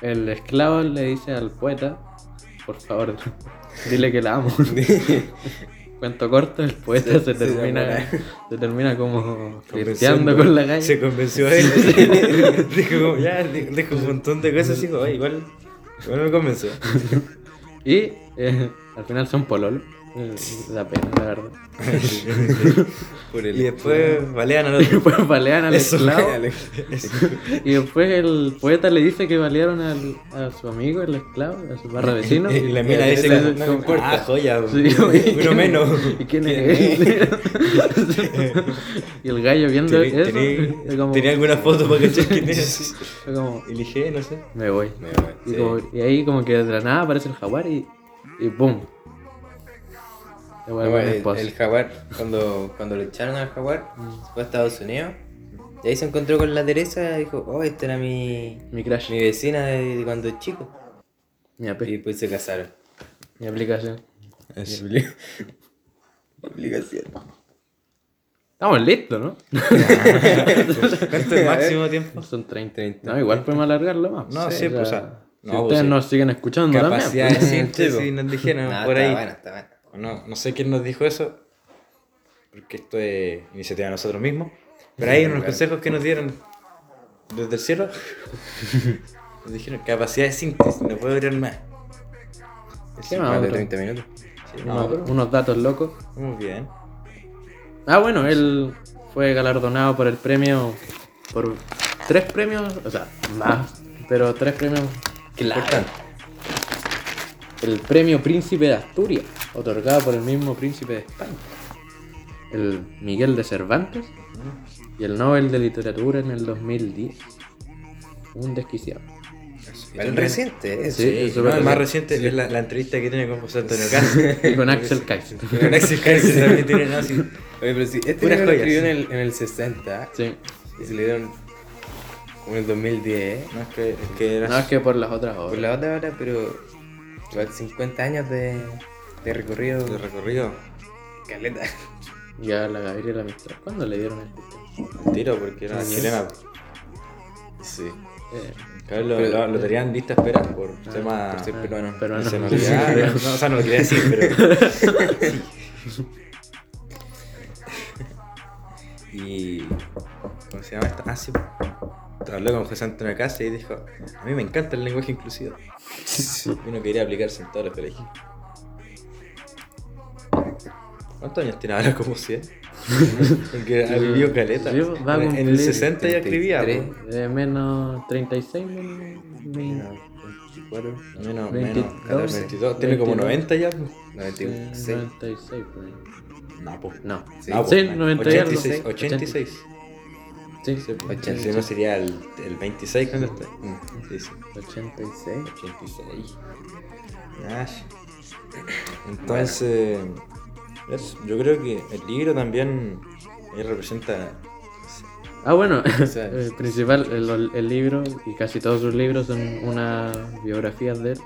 [SPEAKER 3] el esclavo le dice al poeta, por favor, (laughs) dile que la amo. (laughs) Cuento corto, el poeta se,
[SPEAKER 4] se
[SPEAKER 3] termina
[SPEAKER 4] enamora.
[SPEAKER 3] (laughs) se termina como
[SPEAKER 2] Convenciendo.
[SPEAKER 3] flirteando con la calle.
[SPEAKER 2] Se convenció a
[SPEAKER 3] (laughs)
[SPEAKER 2] él. dijo, como, ya, di- dijo un montón de cosas. Dijo, "Ay, igual, igual me
[SPEAKER 3] (laughs)
[SPEAKER 2] convenció.
[SPEAKER 3] Y eh, al final son polol. Eh, Da pena, la verdad. (laughs)
[SPEAKER 4] Por el
[SPEAKER 2] y después balean al otro.
[SPEAKER 3] Después balean
[SPEAKER 2] (laughs)
[SPEAKER 3] al
[SPEAKER 2] Eso,
[SPEAKER 3] esclavo.
[SPEAKER 2] Eso.
[SPEAKER 3] Y después el poeta le dice que balearon al- a su amigo, el esclavo, a su barra
[SPEAKER 2] (laughs)
[SPEAKER 3] vecino.
[SPEAKER 2] Y la mina dice,
[SPEAKER 3] le-
[SPEAKER 2] como,
[SPEAKER 3] como,
[SPEAKER 2] no me importa. Ah, joya,
[SPEAKER 3] Sí, ¿y
[SPEAKER 2] (laughs) uno
[SPEAKER 3] quién-
[SPEAKER 2] menos.
[SPEAKER 3] (laughs) ¿Y quién es (laughs) él?
[SPEAKER 2] (laughs)
[SPEAKER 3] y el gallo viendo
[SPEAKER 2] Tenía,
[SPEAKER 3] eso, fue como,
[SPEAKER 2] tenía alguna foto para cachar quién
[SPEAKER 3] (laughs)
[SPEAKER 2] es.
[SPEAKER 3] fue como,
[SPEAKER 2] Y le dije, no sé.
[SPEAKER 3] me voy.
[SPEAKER 4] Me voy,
[SPEAKER 3] Y,
[SPEAKER 4] sí.
[SPEAKER 3] como- y ahí como que de la nada aparece el jaguar y, y ¡boom! Le
[SPEAKER 4] No,
[SPEAKER 3] vuelve mi
[SPEAKER 4] el,
[SPEAKER 3] esposa.
[SPEAKER 4] el jaguar, cuando, cuando lo echaron al jaguar,
[SPEAKER 3] Mm.
[SPEAKER 4] se fue a Estados Unidos. Y ahí se encontró con la Teresa y dijo, oh, esta este era mi,
[SPEAKER 3] Mi crush.
[SPEAKER 4] mi vecina de, de cuando es chico.
[SPEAKER 3] Mi,
[SPEAKER 4] Y
[SPEAKER 3] ape-
[SPEAKER 4] después se casaron.
[SPEAKER 3] mi aplicación.
[SPEAKER 4] Es obli- obligación.
[SPEAKER 3] Estamos listos, ¿no?
[SPEAKER 2] ¿Cuánto es el máximo tiempo?
[SPEAKER 3] (laughs) Son 30.
[SPEAKER 4] 30.
[SPEAKER 3] No, igual podemos alargarlo más.
[SPEAKER 2] No, sí, pues, o sea,
[SPEAKER 3] si
[SPEAKER 2] no,
[SPEAKER 3] ustedes
[SPEAKER 2] pues, sí.
[SPEAKER 3] nos siguen escuchando
[SPEAKER 2] Capacidad de
[SPEAKER 3] también. pues,
[SPEAKER 2] síntesis nos dijeron
[SPEAKER 4] No,
[SPEAKER 2] por
[SPEAKER 4] está
[SPEAKER 2] ahí.
[SPEAKER 4] buena, está buena.
[SPEAKER 2] No, no sé quién nos dijo eso, porque esto es iniciativa de nosotros mismos. Pero hay unos
[SPEAKER 4] Claro.
[SPEAKER 2] consejos que nos dieron desde el cielo. Nos dijeron capacidad de síntesis, no puedo tirar más.
[SPEAKER 3] pues.
[SPEAKER 4] Sí,
[SPEAKER 3] ¿Qué
[SPEAKER 4] más
[SPEAKER 3] más?
[SPEAKER 4] de
[SPEAKER 3] otro?
[SPEAKER 4] 30 minutos.
[SPEAKER 2] Sí,
[SPEAKER 3] Unos-
[SPEAKER 2] no, pero
[SPEAKER 3] Unos datos locos.
[SPEAKER 2] muy bien.
[SPEAKER 3] Ah, bueno, él fue galardonado por el premio. Por tres premios, o sea, más, pero tres premios.
[SPEAKER 4] Importante.
[SPEAKER 3] El premio Príncipe de Asturias, otorgado por el mismo Príncipe de España, el Miguel de Cervantes, y el Nobel de Literatura en el 2010. Un desquiciado.
[SPEAKER 4] El reciente, eh. eso.
[SPEAKER 3] Sí,
[SPEAKER 2] Sí,
[SPEAKER 3] eso
[SPEAKER 2] no,
[SPEAKER 3] es
[SPEAKER 2] el más
[SPEAKER 3] verdad.
[SPEAKER 2] reciente es la, la entrevista que tiene con José Antonio Castro.
[SPEAKER 3] Y con Axel Kaiser.
[SPEAKER 2] Con Axel
[SPEAKER 4] (laughs)
[SPEAKER 2] Kaiser también tiene ¿no? Sí.
[SPEAKER 4] Oye, pero sí, este
[SPEAKER 2] Puras
[SPEAKER 4] libro
[SPEAKER 2] joyas.
[SPEAKER 4] lo escribió en el, en el 60
[SPEAKER 3] Sí.
[SPEAKER 4] y se le dieron como en el 2010.
[SPEAKER 2] No, es que, es que era
[SPEAKER 3] No es que por las otras
[SPEAKER 4] eh. Por
[SPEAKER 3] obras.
[SPEAKER 4] la otra hora, pero igual 50 años de, de recorrido.
[SPEAKER 2] de recorrido.
[SPEAKER 4] Caleta.
[SPEAKER 3] Ya la Gabriela Mistral. ¿Cuándo le dieron el
[SPEAKER 2] El tiro, porque era
[SPEAKER 3] Ah, sí.
[SPEAKER 2] chilena.
[SPEAKER 4] Sí.
[SPEAKER 3] eh,
[SPEAKER 2] Claro, lo, lo,
[SPEAKER 4] Pero-
[SPEAKER 2] lo tenían lista espera por tema.
[SPEAKER 4] Por ser peruano.
[SPEAKER 3] Pero no. (laughs)
[SPEAKER 2] nacionalidad. no, o sea, no lo quería decir, pero. y. ¿Cómo se llama esta? Ah, sí. Habló con José Antonio Casa y dijo: A mí me encanta el lenguaje inclusivo. Y uno quería aplicarse en todos los colegios. ¿Cuántos años tiene ahora como si
[SPEAKER 3] (laughs)
[SPEAKER 2] es? Porque ha vivido caleta.
[SPEAKER 3] Sí, va a
[SPEAKER 2] en el
[SPEAKER 3] cumplir
[SPEAKER 2] 60 ya escribía. po.
[SPEAKER 4] 33.
[SPEAKER 3] eh, menos 36, menos. menos-
[SPEAKER 4] 24,
[SPEAKER 2] Menos, menos,
[SPEAKER 3] 22,
[SPEAKER 2] 14, 22. Tiene como 90
[SPEAKER 3] 22.
[SPEAKER 2] ya.
[SPEAKER 4] 96.
[SPEAKER 3] 96, por ahí.
[SPEAKER 2] No, pues.
[SPEAKER 3] No.
[SPEAKER 4] Sí.
[SPEAKER 2] No,
[SPEAKER 3] Ah, Sí,
[SPEAKER 2] pues,
[SPEAKER 3] 90 y algo.
[SPEAKER 2] 86. 86.
[SPEAKER 3] Sí,
[SPEAKER 2] Sí, pues,
[SPEAKER 3] 86.
[SPEAKER 2] si no sería el, el 26 cuando está. Sí, sí,
[SPEAKER 3] 86.
[SPEAKER 2] 86. Ah, sí. Entonces, es- yo creo que el libro también eh, representa.
[SPEAKER 3] Ah, bueno,
[SPEAKER 4] sea,
[SPEAKER 3] (laughs) el principal, el, el libro y casi todos sus libros son unas biografías de él.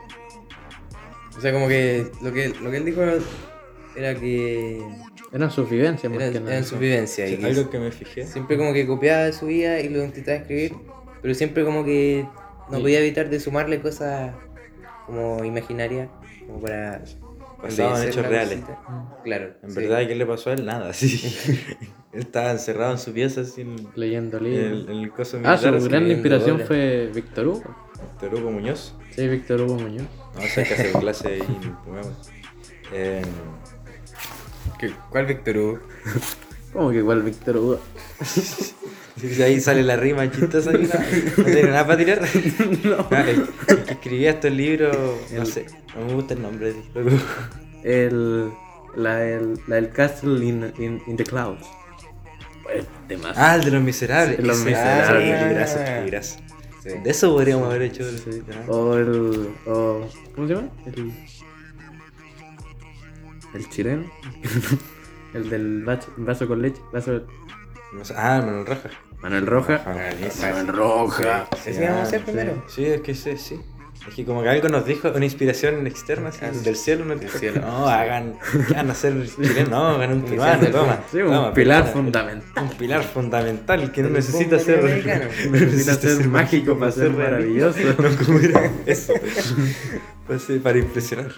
[SPEAKER 4] O sea, como que lo que, lo que él dijo era que
[SPEAKER 3] Eran sus vivencias más
[SPEAKER 4] era,
[SPEAKER 3] que nada.
[SPEAKER 4] era en su vivencia. y
[SPEAKER 2] sí,
[SPEAKER 4] que
[SPEAKER 2] algo que me fijé.
[SPEAKER 4] Siempre como que copiaba de su vida y lo intentaba escribir, pero siempre como que no
[SPEAKER 3] Sí.
[SPEAKER 4] podía evitar de sumarle cosas como imaginarias, como para...
[SPEAKER 2] Basadas en
[SPEAKER 4] embellecer
[SPEAKER 2] hechos
[SPEAKER 4] la
[SPEAKER 2] reales.
[SPEAKER 3] Mm.
[SPEAKER 4] cosita. Claro.
[SPEAKER 2] En
[SPEAKER 4] sí.
[SPEAKER 2] verdad, ¿qué le pasó a él? Nada, sí. él estaba encerrado en su pieza sin.
[SPEAKER 3] Leyendo
[SPEAKER 2] En
[SPEAKER 3] libros.
[SPEAKER 2] el, en el coso
[SPEAKER 3] ah, su
[SPEAKER 2] militar, así,
[SPEAKER 3] gran
[SPEAKER 4] escribiendo
[SPEAKER 3] inspiración
[SPEAKER 4] obras.
[SPEAKER 3] fue Víctor Hugo.
[SPEAKER 2] Víctor Hugo Muñoz.
[SPEAKER 3] Sí, Víctor Hugo Muñoz.
[SPEAKER 2] No, sé que hacer clase y comemos. Eh,
[SPEAKER 4] ¿Qué- ¿Cuál Víctor Hugo?
[SPEAKER 3] ¿Cómo que igual Víctor Hugo?
[SPEAKER 2] si ahí sale la rima chistosa, ¿no? no tiene nada para tirar. No. el, el que escribía estos libros, no
[SPEAKER 3] El-
[SPEAKER 2] sé, no me gusta el nombre. del loco.
[SPEAKER 3] El, la, del- la del Castle in, in, in the Clouds. Pues, demás.
[SPEAKER 2] Ah, el de los miserables.
[SPEAKER 3] Sí, Los
[SPEAKER 2] Ese-
[SPEAKER 3] Miserables.
[SPEAKER 2] Ah, librazo, librazo. De eso podríamos haber hecho. el- ah.
[SPEAKER 3] O el. O, ¿Cómo se llama? El. El chileno. (laughs) el del vaso, vaso con leche. Vaso.
[SPEAKER 2] No sé, Ah, Manuel Roja.
[SPEAKER 3] Manuel
[SPEAKER 4] Ah,
[SPEAKER 3] Roja.
[SPEAKER 2] Manuel
[SPEAKER 3] Roja.
[SPEAKER 4] Ese íbamos a hacer primero.
[SPEAKER 2] Sí, es que sí, sí. Es que como que algo nos dijo, una inspiración externa, así, del cielo nos dijo,
[SPEAKER 4] cielo.
[SPEAKER 2] no, hagan, hagan hacer chileno, no, hagan un peruano,
[SPEAKER 4] del
[SPEAKER 2] toma.
[SPEAKER 3] Sí, un
[SPEAKER 2] toma,
[SPEAKER 3] pilar
[SPEAKER 2] peruano.
[SPEAKER 3] (laughs) fundamental.
[SPEAKER 2] Un pilar fundamental que no
[SPEAKER 4] Del
[SPEAKER 2] necesita
[SPEAKER 4] fútbol
[SPEAKER 2] ser, (laughs)
[SPEAKER 4] americano.
[SPEAKER 2] no
[SPEAKER 3] Necesita ser mágico para ser maravilloso. (laughs)
[SPEAKER 2] No, (laughs) como era eso. Pues sí, para impresionar.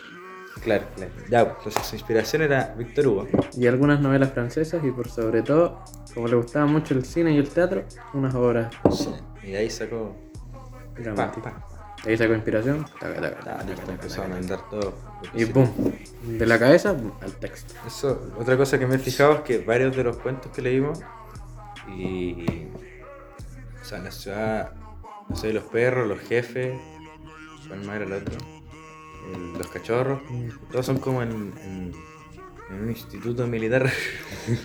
[SPEAKER 4] Claro, claro.
[SPEAKER 2] Ya, pues, entonces su inspiración era Víctor Hugo.
[SPEAKER 3] Y algunas novelas francesas y por sobre todo, como le gustaba mucho el cine y el teatro, unas obras
[SPEAKER 2] Y de ahí sacó. Pa,
[SPEAKER 3] dramáticas.
[SPEAKER 2] pa.
[SPEAKER 3] Ahí sacó inspiración. taca, taca, taca,
[SPEAKER 2] Ah,
[SPEAKER 3] taca,
[SPEAKER 2] después
[SPEAKER 3] taca,
[SPEAKER 2] empezó a
[SPEAKER 3] taca.
[SPEAKER 2] mandar todo.
[SPEAKER 3] Y boom. De la cabeza boom, al texto.
[SPEAKER 2] Eso, otra cosa que me he fijado es que varios de los cuentos que leímos y. O sea, la ciudad. No sé, los perros, los jefes. ¿Cuál más era el otro? El- los cachorros. Todos son como en, en, en un instituto militar.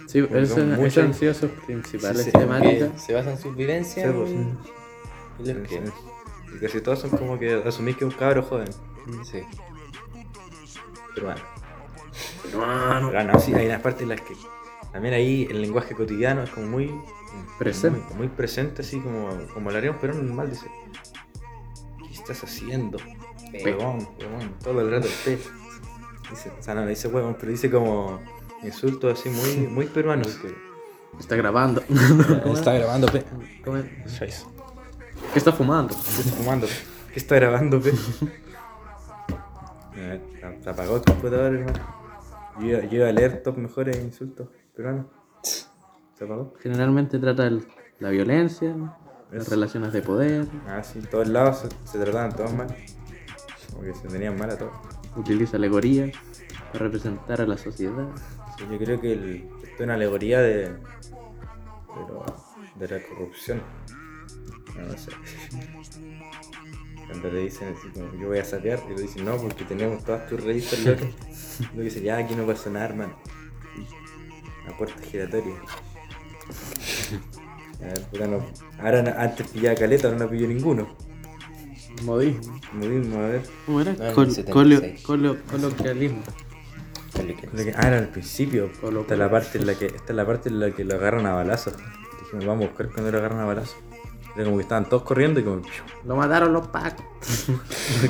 [SPEAKER 3] Sí,
[SPEAKER 2] Porque
[SPEAKER 3] esas
[SPEAKER 2] son muchas-
[SPEAKER 3] esas han sido sus principales
[SPEAKER 2] Sí, sí,
[SPEAKER 3] temáticas.
[SPEAKER 4] Se basa en sus vivencias.
[SPEAKER 2] (laughs) Sí, pues.
[SPEAKER 4] y- y los que-
[SPEAKER 2] Y casi todos son como que asumís que es un cabro joven.
[SPEAKER 4] Sí.
[SPEAKER 2] Pero bueno. Pero no, sí, hay unas partes en las que. También ahí el lenguaje cotidiano es como muy.
[SPEAKER 3] Presente.
[SPEAKER 2] Muy, muy presente, así como, como lo haríamos, pero normal, dice. ¿Qué estás haciendo? Huevón, huevón, todo el rato el P. Dice- o sea, no le dice huevón, pero dice como insultos así muy, muy peruanos. pero-
[SPEAKER 3] Está grabando. (laughs)
[SPEAKER 2] Está grabando, P.
[SPEAKER 3] ¿Cómo es?
[SPEAKER 2] Ya hizo.
[SPEAKER 3] ¿Qué está fumando?
[SPEAKER 2] ¿Qué está fumando? ¿Qué está grabando, (laughs) pe? Eh, Se se apagó el computador, hermano. Yo iba, yo iba a leer top mejores insultos peruanos. ¿Se apagó?
[SPEAKER 3] Generalmente trata el- la violencia, las
[SPEAKER 2] Eso.
[SPEAKER 3] relaciones de poder,
[SPEAKER 2] Ah, sí, en todos lados se, se trataban todos mal. Como que se tenían mal a todos.
[SPEAKER 3] utiliza alegorías para representar a la sociedad.
[SPEAKER 2] Sí, yo creo que el- esto es una alegoría de, de, lo- de la corrupción. No, no sé. Cuando le dicen así como, yo voy a saquear, y le dicen, no, porque tenemos todas tus revistas locas. Lo que sería, "Ah, aquí no pasa nada, hermano. La puerta giratoria. A ver, puta, no- Ahora no- antes pillaba caleta, ahora no pillo ninguno.
[SPEAKER 3] Modismo.
[SPEAKER 2] Modismo, a ver.
[SPEAKER 3] ¿Cómo era?
[SPEAKER 4] No, en el
[SPEAKER 3] Col-
[SPEAKER 4] 76.
[SPEAKER 3] colio- colio- Coloquialismo.
[SPEAKER 2] Lo que- ah, era al principio. Esta es la parte en la que, esta es la parte en la que lo agarran a balazos. Dijimos, vamos a buscar cuando lo agarran a balazos. Era como que estaban todos corriendo y (laughs) como. ¡piu!
[SPEAKER 3] Lo mataron los pacos.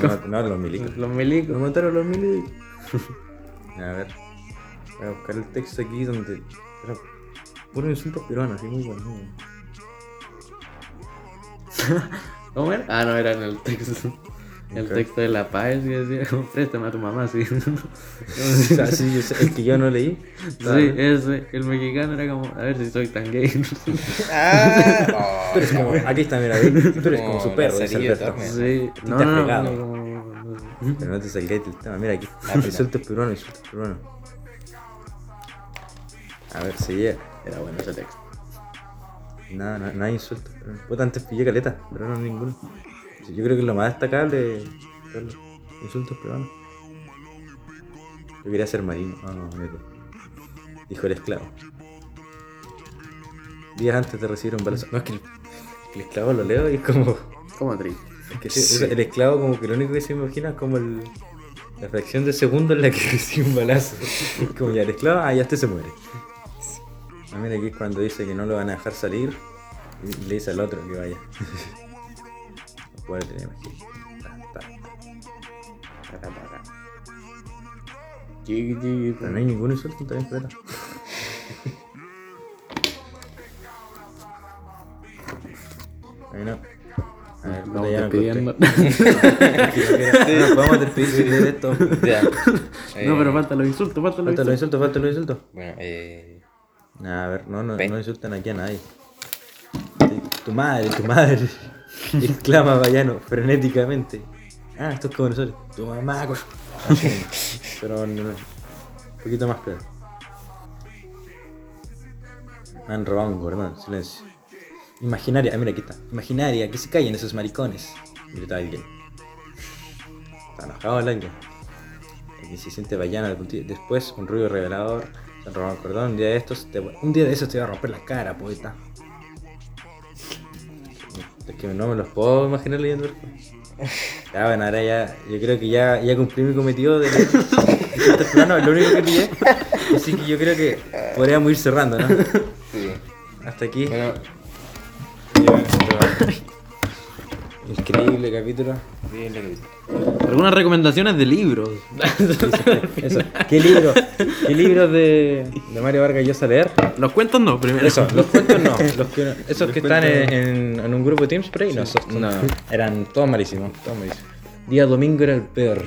[SPEAKER 2] No, no, los milicos.
[SPEAKER 3] Los milicos.
[SPEAKER 2] Lo mataron los milicos. (laughs) A ver. Voy a buscar el texto aquí donde. Era puro insulto peruano, así muy bueno. muy (laughs) bueno.
[SPEAKER 3] ¿Cómo era? Ah, no, era en el texto. El
[SPEAKER 2] Ok.
[SPEAKER 3] texto de la paz que decía, (laughs) como, préstame a tu
[SPEAKER 2] (laughs)
[SPEAKER 3] mamá, sí.
[SPEAKER 2] O sea, sí, yo sé- es que yo no leí.
[SPEAKER 3] Sí, ese, eh, el mexicano era como, a ver si soy tan gay.
[SPEAKER 4] Ah,
[SPEAKER 2] Tú eres como, aquí está, mira, ¿ves? tú eres como
[SPEAKER 4] Como
[SPEAKER 2] su perro, dice
[SPEAKER 4] Lazarillo
[SPEAKER 2] Alberto.
[SPEAKER 4] Torres.
[SPEAKER 3] (laughs) Sí,
[SPEAKER 2] te
[SPEAKER 3] no,
[SPEAKER 2] has
[SPEAKER 3] no, no,
[SPEAKER 2] pegado.
[SPEAKER 3] como-
[SPEAKER 2] Pero no te salgáis del tema, mira aquí.
[SPEAKER 4] Ah, perdón.
[SPEAKER 2] insultos peruanos, insultos peruanos. A ver, si llega.
[SPEAKER 3] Era bueno ese texto.
[SPEAKER 2] Nada, no, no hay insultos. peruanos. Puta, antes pillé caleta, pero no ninguno. Sí, Yo creo que lo más destacable son los insultos peruanos. Yo quería ser marino. Ah, no, mira. Dijo el esclavo. Días antes de recibir un balazo. No, es que el, el esclavo lo leo y es como.
[SPEAKER 3] ¿Cómo triste?
[SPEAKER 2] Es que sí, El esclavo como que lo único que se imagina es como el- la fracción de segundo en la que (laughs) recibe un balazo. Es como ya el esclavo, ah, ya este se muere. Ah, mira aquí es cuando dice que no lo van a dejar salir y le dice al otro que vaya. (laughs) No puede tener magia. Ta, ta. Pero no hay ningún insulto, también plata. (laughs) Ahí no. A ver, puta,
[SPEAKER 3] Vamos
[SPEAKER 2] ya me (laughs)
[SPEAKER 3] despidiendo.
[SPEAKER 2] acosté. No, nos podemos despedir sin leer esto.
[SPEAKER 4] (laughs) ya.
[SPEAKER 3] (laughs) No, pero
[SPEAKER 4] Eh,
[SPEAKER 3] falta los insultos, falta los
[SPEAKER 2] Falta los
[SPEAKER 3] insultos.
[SPEAKER 2] insultos, falta los insultos.
[SPEAKER 4] Bueno, eh.
[SPEAKER 2] Nah, a ver, no, no,
[SPEAKER 4] Pe-
[SPEAKER 2] no insultan aquí a nadie. Tu- Tu madre, tu madre. (laughs) Exclama Bayano frenéticamente. Ah, esto es como nosotros. Tu mamá, co- Pero no, no, un poquito más claro. Me han robado un cordón, silencio. Imaginaria, ah, mira, aquí está. Imaginaria, que se callen esos maricones. Gritaba alguien. Está enojado el aire. Aquí eh, se siente vallana al puntillo. Después, un ruido revelador. Se han robado el cordón. Un día de estos, te voy- un día de esos te va a romper la cara, poeta. Es que no me los puedo imaginar leyendo esto. Ya, bueno, ahora ya. Yo creo que ya, ya cumplí mi cometido de leer estos planos, lo único que pillé. Así que yo creo que podríamos ir cerrando, ¿no?
[SPEAKER 4] Sí.
[SPEAKER 2] Hasta aquí.
[SPEAKER 4] Bueno,
[SPEAKER 2] (laughs) Increíble capítulo.
[SPEAKER 4] bien lo que dice.
[SPEAKER 3] Algunas recomendaciones
[SPEAKER 2] (laughs)
[SPEAKER 3] de libros.
[SPEAKER 2] este, Eso. ¿Qué libro? ¿Qué libros de, de Mario Vargas Llosa leer?
[SPEAKER 3] Los cuentos no, primero.
[SPEAKER 2] Eso, los cuentos no. (laughs) Los que, esos que están en, en- en un grupo de Teams por ahí, no, esos no, Eran todos malísimos. Todos malísimos. Día domingo era el peor.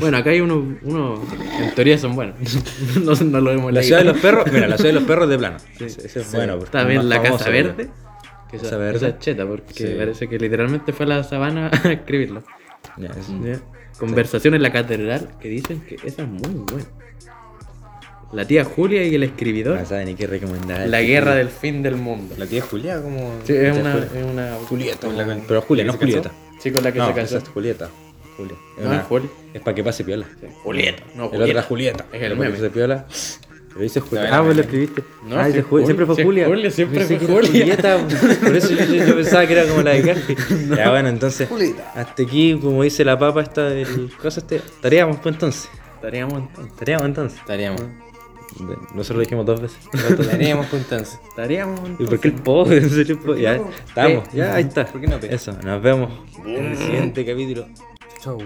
[SPEAKER 3] Bueno, acá hay uno, uno en teoría son buenos. (laughs) no, no lo hemos
[SPEAKER 2] La
[SPEAKER 3] leído.
[SPEAKER 2] ciudad de los perros, mira, la ciudad de los perros de plano. Ese ese es bueno. porque es
[SPEAKER 3] También
[SPEAKER 2] más
[SPEAKER 3] la
[SPEAKER 2] famoso,
[SPEAKER 3] Casa
[SPEAKER 2] creo.
[SPEAKER 3] Verde. Que esa,
[SPEAKER 2] Casa Verde.
[SPEAKER 3] esa es cheta, porque
[SPEAKER 2] Sí.
[SPEAKER 3] parece que literalmente fue a la sabana (laughs) a escribirla.
[SPEAKER 2] Ya, es-
[SPEAKER 3] Conversación en la catedral, que dicen que esa es muy buena. La tía Julia y el escribidor.
[SPEAKER 2] No saben ni qué recomendar.
[SPEAKER 3] la guerra del fin del mundo.
[SPEAKER 2] La tía Julia, como.
[SPEAKER 3] Sí, es
[SPEAKER 2] tía
[SPEAKER 3] una,
[SPEAKER 2] Julia.
[SPEAKER 3] es una
[SPEAKER 2] Con eh, la- Pero Julia, no Julieta.
[SPEAKER 3] Sí, con la que
[SPEAKER 2] No,
[SPEAKER 3] se
[SPEAKER 2] esa
[SPEAKER 3] casó.
[SPEAKER 2] es Julieta. Julia. Es
[SPEAKER 3] No,
[SPEAKER 2] una-
[SPEAKER 3] es Ah, Juli.
[SPEAKER 2] Es para que pase piola.
[SPEAKER 3] Julieta, no
[SPEAKER 2] El otro
[SPEAKER 3] Julieta.
[SPEAKER 2] era Julieta.
[SPEAKER 3] Es el
[SPEAKER 2] Pero para
[SPEAKER 3] meme.
[SPEAKER 2] que pase piola. Pero dice Julieta.
[SPEAKER 4] No,
[SPEAKER 2] Ah,
[SPEAKER 4] no,
[SPEAKER 2] vos lo
[SPEAKER 4] no.
[SPEAKER 2] escribiste.
[SPEAKER 3] No,
[SPEAKER 2] Ah,
[SPEAKER 3] sí
[SPEAKER 2] dice
[SPEAKER 3] es
[SPEAKER 2] Ju-
[SPEAKER 3] Juli,
[SPEAKER 2] siempre fue
[SPEAKER 3] sí es
[SPEAKER 2] Julia.
[SPEAKER 3] Julia, siempre
[SPEAKER 2] Pensé
[SPEAKER 3] fue
[SPEAKER 2] que era
[SPEAKER 3] Julia.
[SPEAKER 2] Julieta, Por eso yo, yo- yo pensaba que era como la de Carly. Ya bueno, entonces. Hasta aquí, como dice la papa esta del cosa este. Tareamos pues entonces.
[SPEAKER 3] Estaríamos entonces.
[SPEAKER 2] Tareamos entonces.
[SPEAKER 3] (laughs)
[SPEAKER 4] Estaríamos.
[SPEAKER 2] Nosotros lo dijimos dos veces.
[SPEAKER 4] Estaríamos juntas.
[SPEAKER 3] Estaríamos
[SPEAKER 2] ¿Y
[SPEAKER 3] entonces.
[SPEAKER 2] por qué el pobre? (laughs) ¿En serio el pobre? Ya, estamos.
[SPEAKER 3] Sí.
[SPEAKER 2] Ya, ahí está.
[SPEAKER 4] ¿Por qué no, pe?
[SPEAKER 2] Eso, nos vemos en el siguiente capítulo. Chau.